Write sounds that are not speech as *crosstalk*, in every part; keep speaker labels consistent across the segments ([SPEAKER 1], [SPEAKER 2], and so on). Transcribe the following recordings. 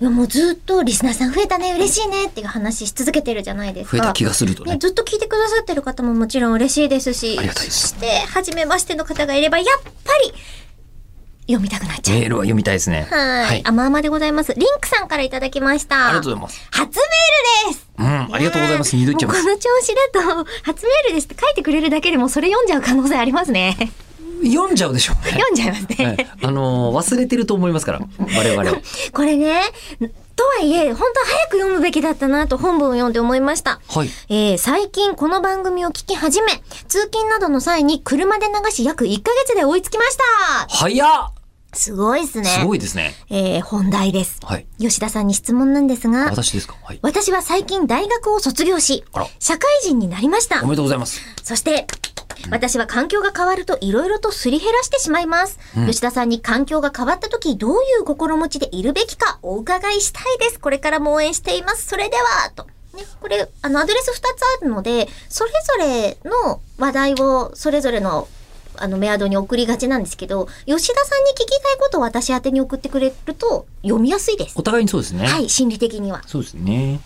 [SPEAKER 1] いやもうずっとリスナーさん増えたね、嬉しいねっていう話し続けてるじゃないです
[SPEAKER 2] 増え
[SPEAKER 1] か。
[SPEAKER 2] た気がするとね
[SPEAKER 1] ね、ずっと聞いてくださってる方ももちろん嬉しいですし、
[SPEAKER 2] ありがたいです
[SPEAKER 1] そして、初めましての方がいれば、やっぱり、読みたくなっちゃう。
[SPEAKER 2] メールは読みたいですね
[SPEAKER 1] はい
[SPEAKER 2] はい
[SPEAKER 1] あまあまでございます。リンクさんからいただきました。
[SPEAKER 2] ありがとうございます
[SPEAKER 1] 初メールです
[SPEAKER 2] うんありがとうございます二度言っちゃいま
[SPEAKER 1] もう
[SPEAKER 2] す
[SPEAKER 1] この調子だと、初メールですって書いてくれるだけでもそれ読んじゃう可能性ありますね。
[SPEAKER 2] 読んじゃうでしょうね
[SPEAKER 1] 読んじゃいます *laughs* ね。
[SPEAKER 2] はいあのー忘れてると思いますから
[SPEAKER 1] *laughs*
[SPEAKER 2] 我々は
[SPEAKER 1] これね、とはいえ、本当は早く読むべきだったなと本文を読んで思いました。
[SPEAKER 2] はい
[SPEAKER 1] えー最近この番組を聞き始め、通勤などの際に車で流し約1ヶ月で追いつきました
[SPEAKER 2] 早っ
[SPEAKER 1] すごいですね。
[SPEAKER 2] すごいですね
[SPEAKER 1] えー本題です。
[SPEAKER 2] はい
[SPEAKER 1] 吉田さんに質問なんですが、
[SPEAKER 2] 私ですかはい
[SPEAKER 1] 私は最近大学を卒業し
[SPEAKER 2] あら、
[SPEAKER 1] 社会人になりました
[SPEAKER 2] お。めでとうございます
[SPEAKER 1] そして、私は環境が変わるといろいろとすり減らしてしまいます。吉田さんに環境が変わった時どういう心持ちでいるべきかお伺いしたいです。これからも応援しています。それでは、と。ね、これ、あの、アドレス2つあるので、それぞれの話題をそれぞれのあの、メアドに送りがちなんですけど、吉田さんに聞きたいことを私宛てに送ってくれると読みやすいです
[SPEAKER 2] お。互いにそうですね
[SPEAKER 1] はい、心理的には。
[SPEAKER 2] そうですね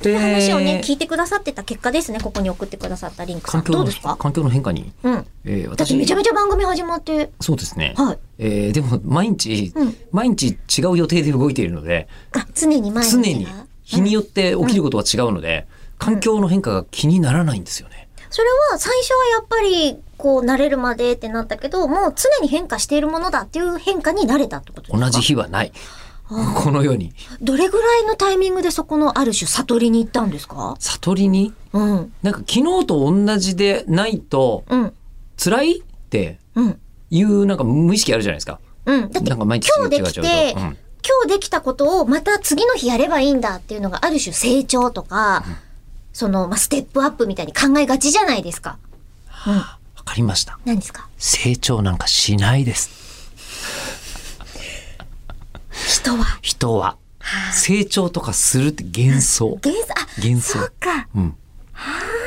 [SPEAKER 1] こ
[SPEAKER 2] で
[SPEAKER 1] の話をね、聞いてくださってた結果ですね、ここに送ってくださったリンクさ
[SPEAKER 2] 環
[SPEAKER 1] ん。
[SPEAKER 2] 境
[SPEAKER 1] どう
[SPEAKER 2] の
[SPEAKER 1] ですか
[SPEAKER 2] 環境の変化に
[SPEAKER 1] うん。
[SPEAKER 2] えー
[SPEAKER 1] だってめ
[SPEAKER 2] 私
[SPEAKER 1] ちゃめちゃ番組始まって。
[SPEAKER 2] そうですね
[SPEAKER 1] はい。
[SPEAKER 2] えーでも毎日
[SPEAKER 1] うん
[SPEAKER 2] 毎日違う予定で動いているので
[SPEAKER 1] あ、常に前
[SPEAKER 2] 常に日によって起きることは違うので、環境の変化が気にならないんですよね。
[SPEAKER 1] それは最初はやっぱり、こう、慣れるまでってなったけど、もう常に変化しているものだっていう変化に慣れたってことです
[SPEAKER 2] 同
[SPEAKER 1] か
[SPEAKER 2] じ日はない。このように
[SPEAKER 1] どれぐらいのタイミングでそこのある種悟りに行ったんですか
[SPEAKER 2] 悟りに
[SPEAKER 1] うん。
[SPEAKER 2] なんか昨日と同じでないと
[SPEAKER 1] うん。
[SPEAKER 2] 辛いって
[SPEAKER 1] うん。
[SPEAKER 2] いうなんか無意識あるじゃないですか。
[SPEAKER 1] うん。だって
[SPEAKER 2] なんか毎日
[SPEAKER 1] 今日できて、
[SPEAKER 2] 違う違う違ううん
[SPEAKER 1] 今日できたことをまた次の日やればいいんだっていうのがある種成長とか、その、まあ、ステップアップみたいに考えがちじゃないですか。
[SPEAKER 2] わかりました。
[SPEAKER 1] 何ですか
[SPEAKER 2] 成長なんかしないです。
[SPEAKER 1] 人は。
[SPEAKER 2] 人は成長とかするって幻想。
[SPEAKER 1] 幻想、あ、
[SPEAKER 2] 幻想
[SPEAKER 1] そっか。
[SPEAKER 2] うん。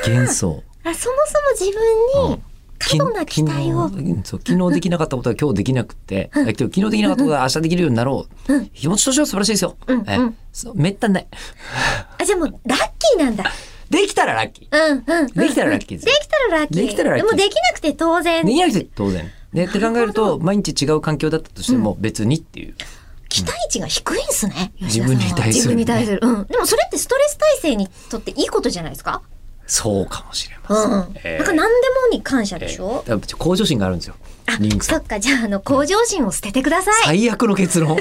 [SPEAKER 2] 幻想。
[SPEAKER 1] あそもそも自分
[SPEAKER 2] うん
[SPEAKER 1] に過度な期待を、
[SPEAKER 2] 昨日うんそう昨日できなかったことは今日できなくて、あ昨日できなかったことは明日できるようになろう、気持ちとしては素晴らしいですよ、
[SPEAKER 1] うん
[SPEAKER 2] え
[SPEAKER 1] うん
[SPEAKER 2] そうめったにない
[SPEAKER 1] あじゃあもうラッキーなんだ
[SPEAKER 2] できたらラッキー
[SPEAKER 1] うんうん、うん、
[SPEAKER 2] できたらラッキーです
[SPEAKER 1] できたらラッキー
[SPEAKER 2] できたらラッキー
[SPEAKER 1] でもできなくて当然
[SPEAKER 2] できなくて当然でって考えると毎日違う環境だったとしても別にっていう、
[SPEAKER 1] 期待値が低いんすね
[SPEAKER 2] 自分に対するね
[SPEAKER 1] 自分に対する、うん、でもそれってストレス耐性にとっていいことじゃないですか
[SPEAKER 2] そうかもしれま
[SPEAKER 1] うん、
[SPEAKER 2] せん、えー
[SPEAKER 1] なんか何でもに感謝
[SPEAKER 2] え
[SPEAKER 1] でし
[SPEAKER 2] ー
[SPEAKER 1] ょ、
[SPEAKER 2] だから向上心があるんですよリン
[SPEAKER 1] あ
[SPEAKER 2] クさ
[SPEAKER 1] そ
[SPEAKER 2] ん
[SPEAKER 1] っかじゃああの向上心を捨ててください
[SPEAKER 2] 最悪の結論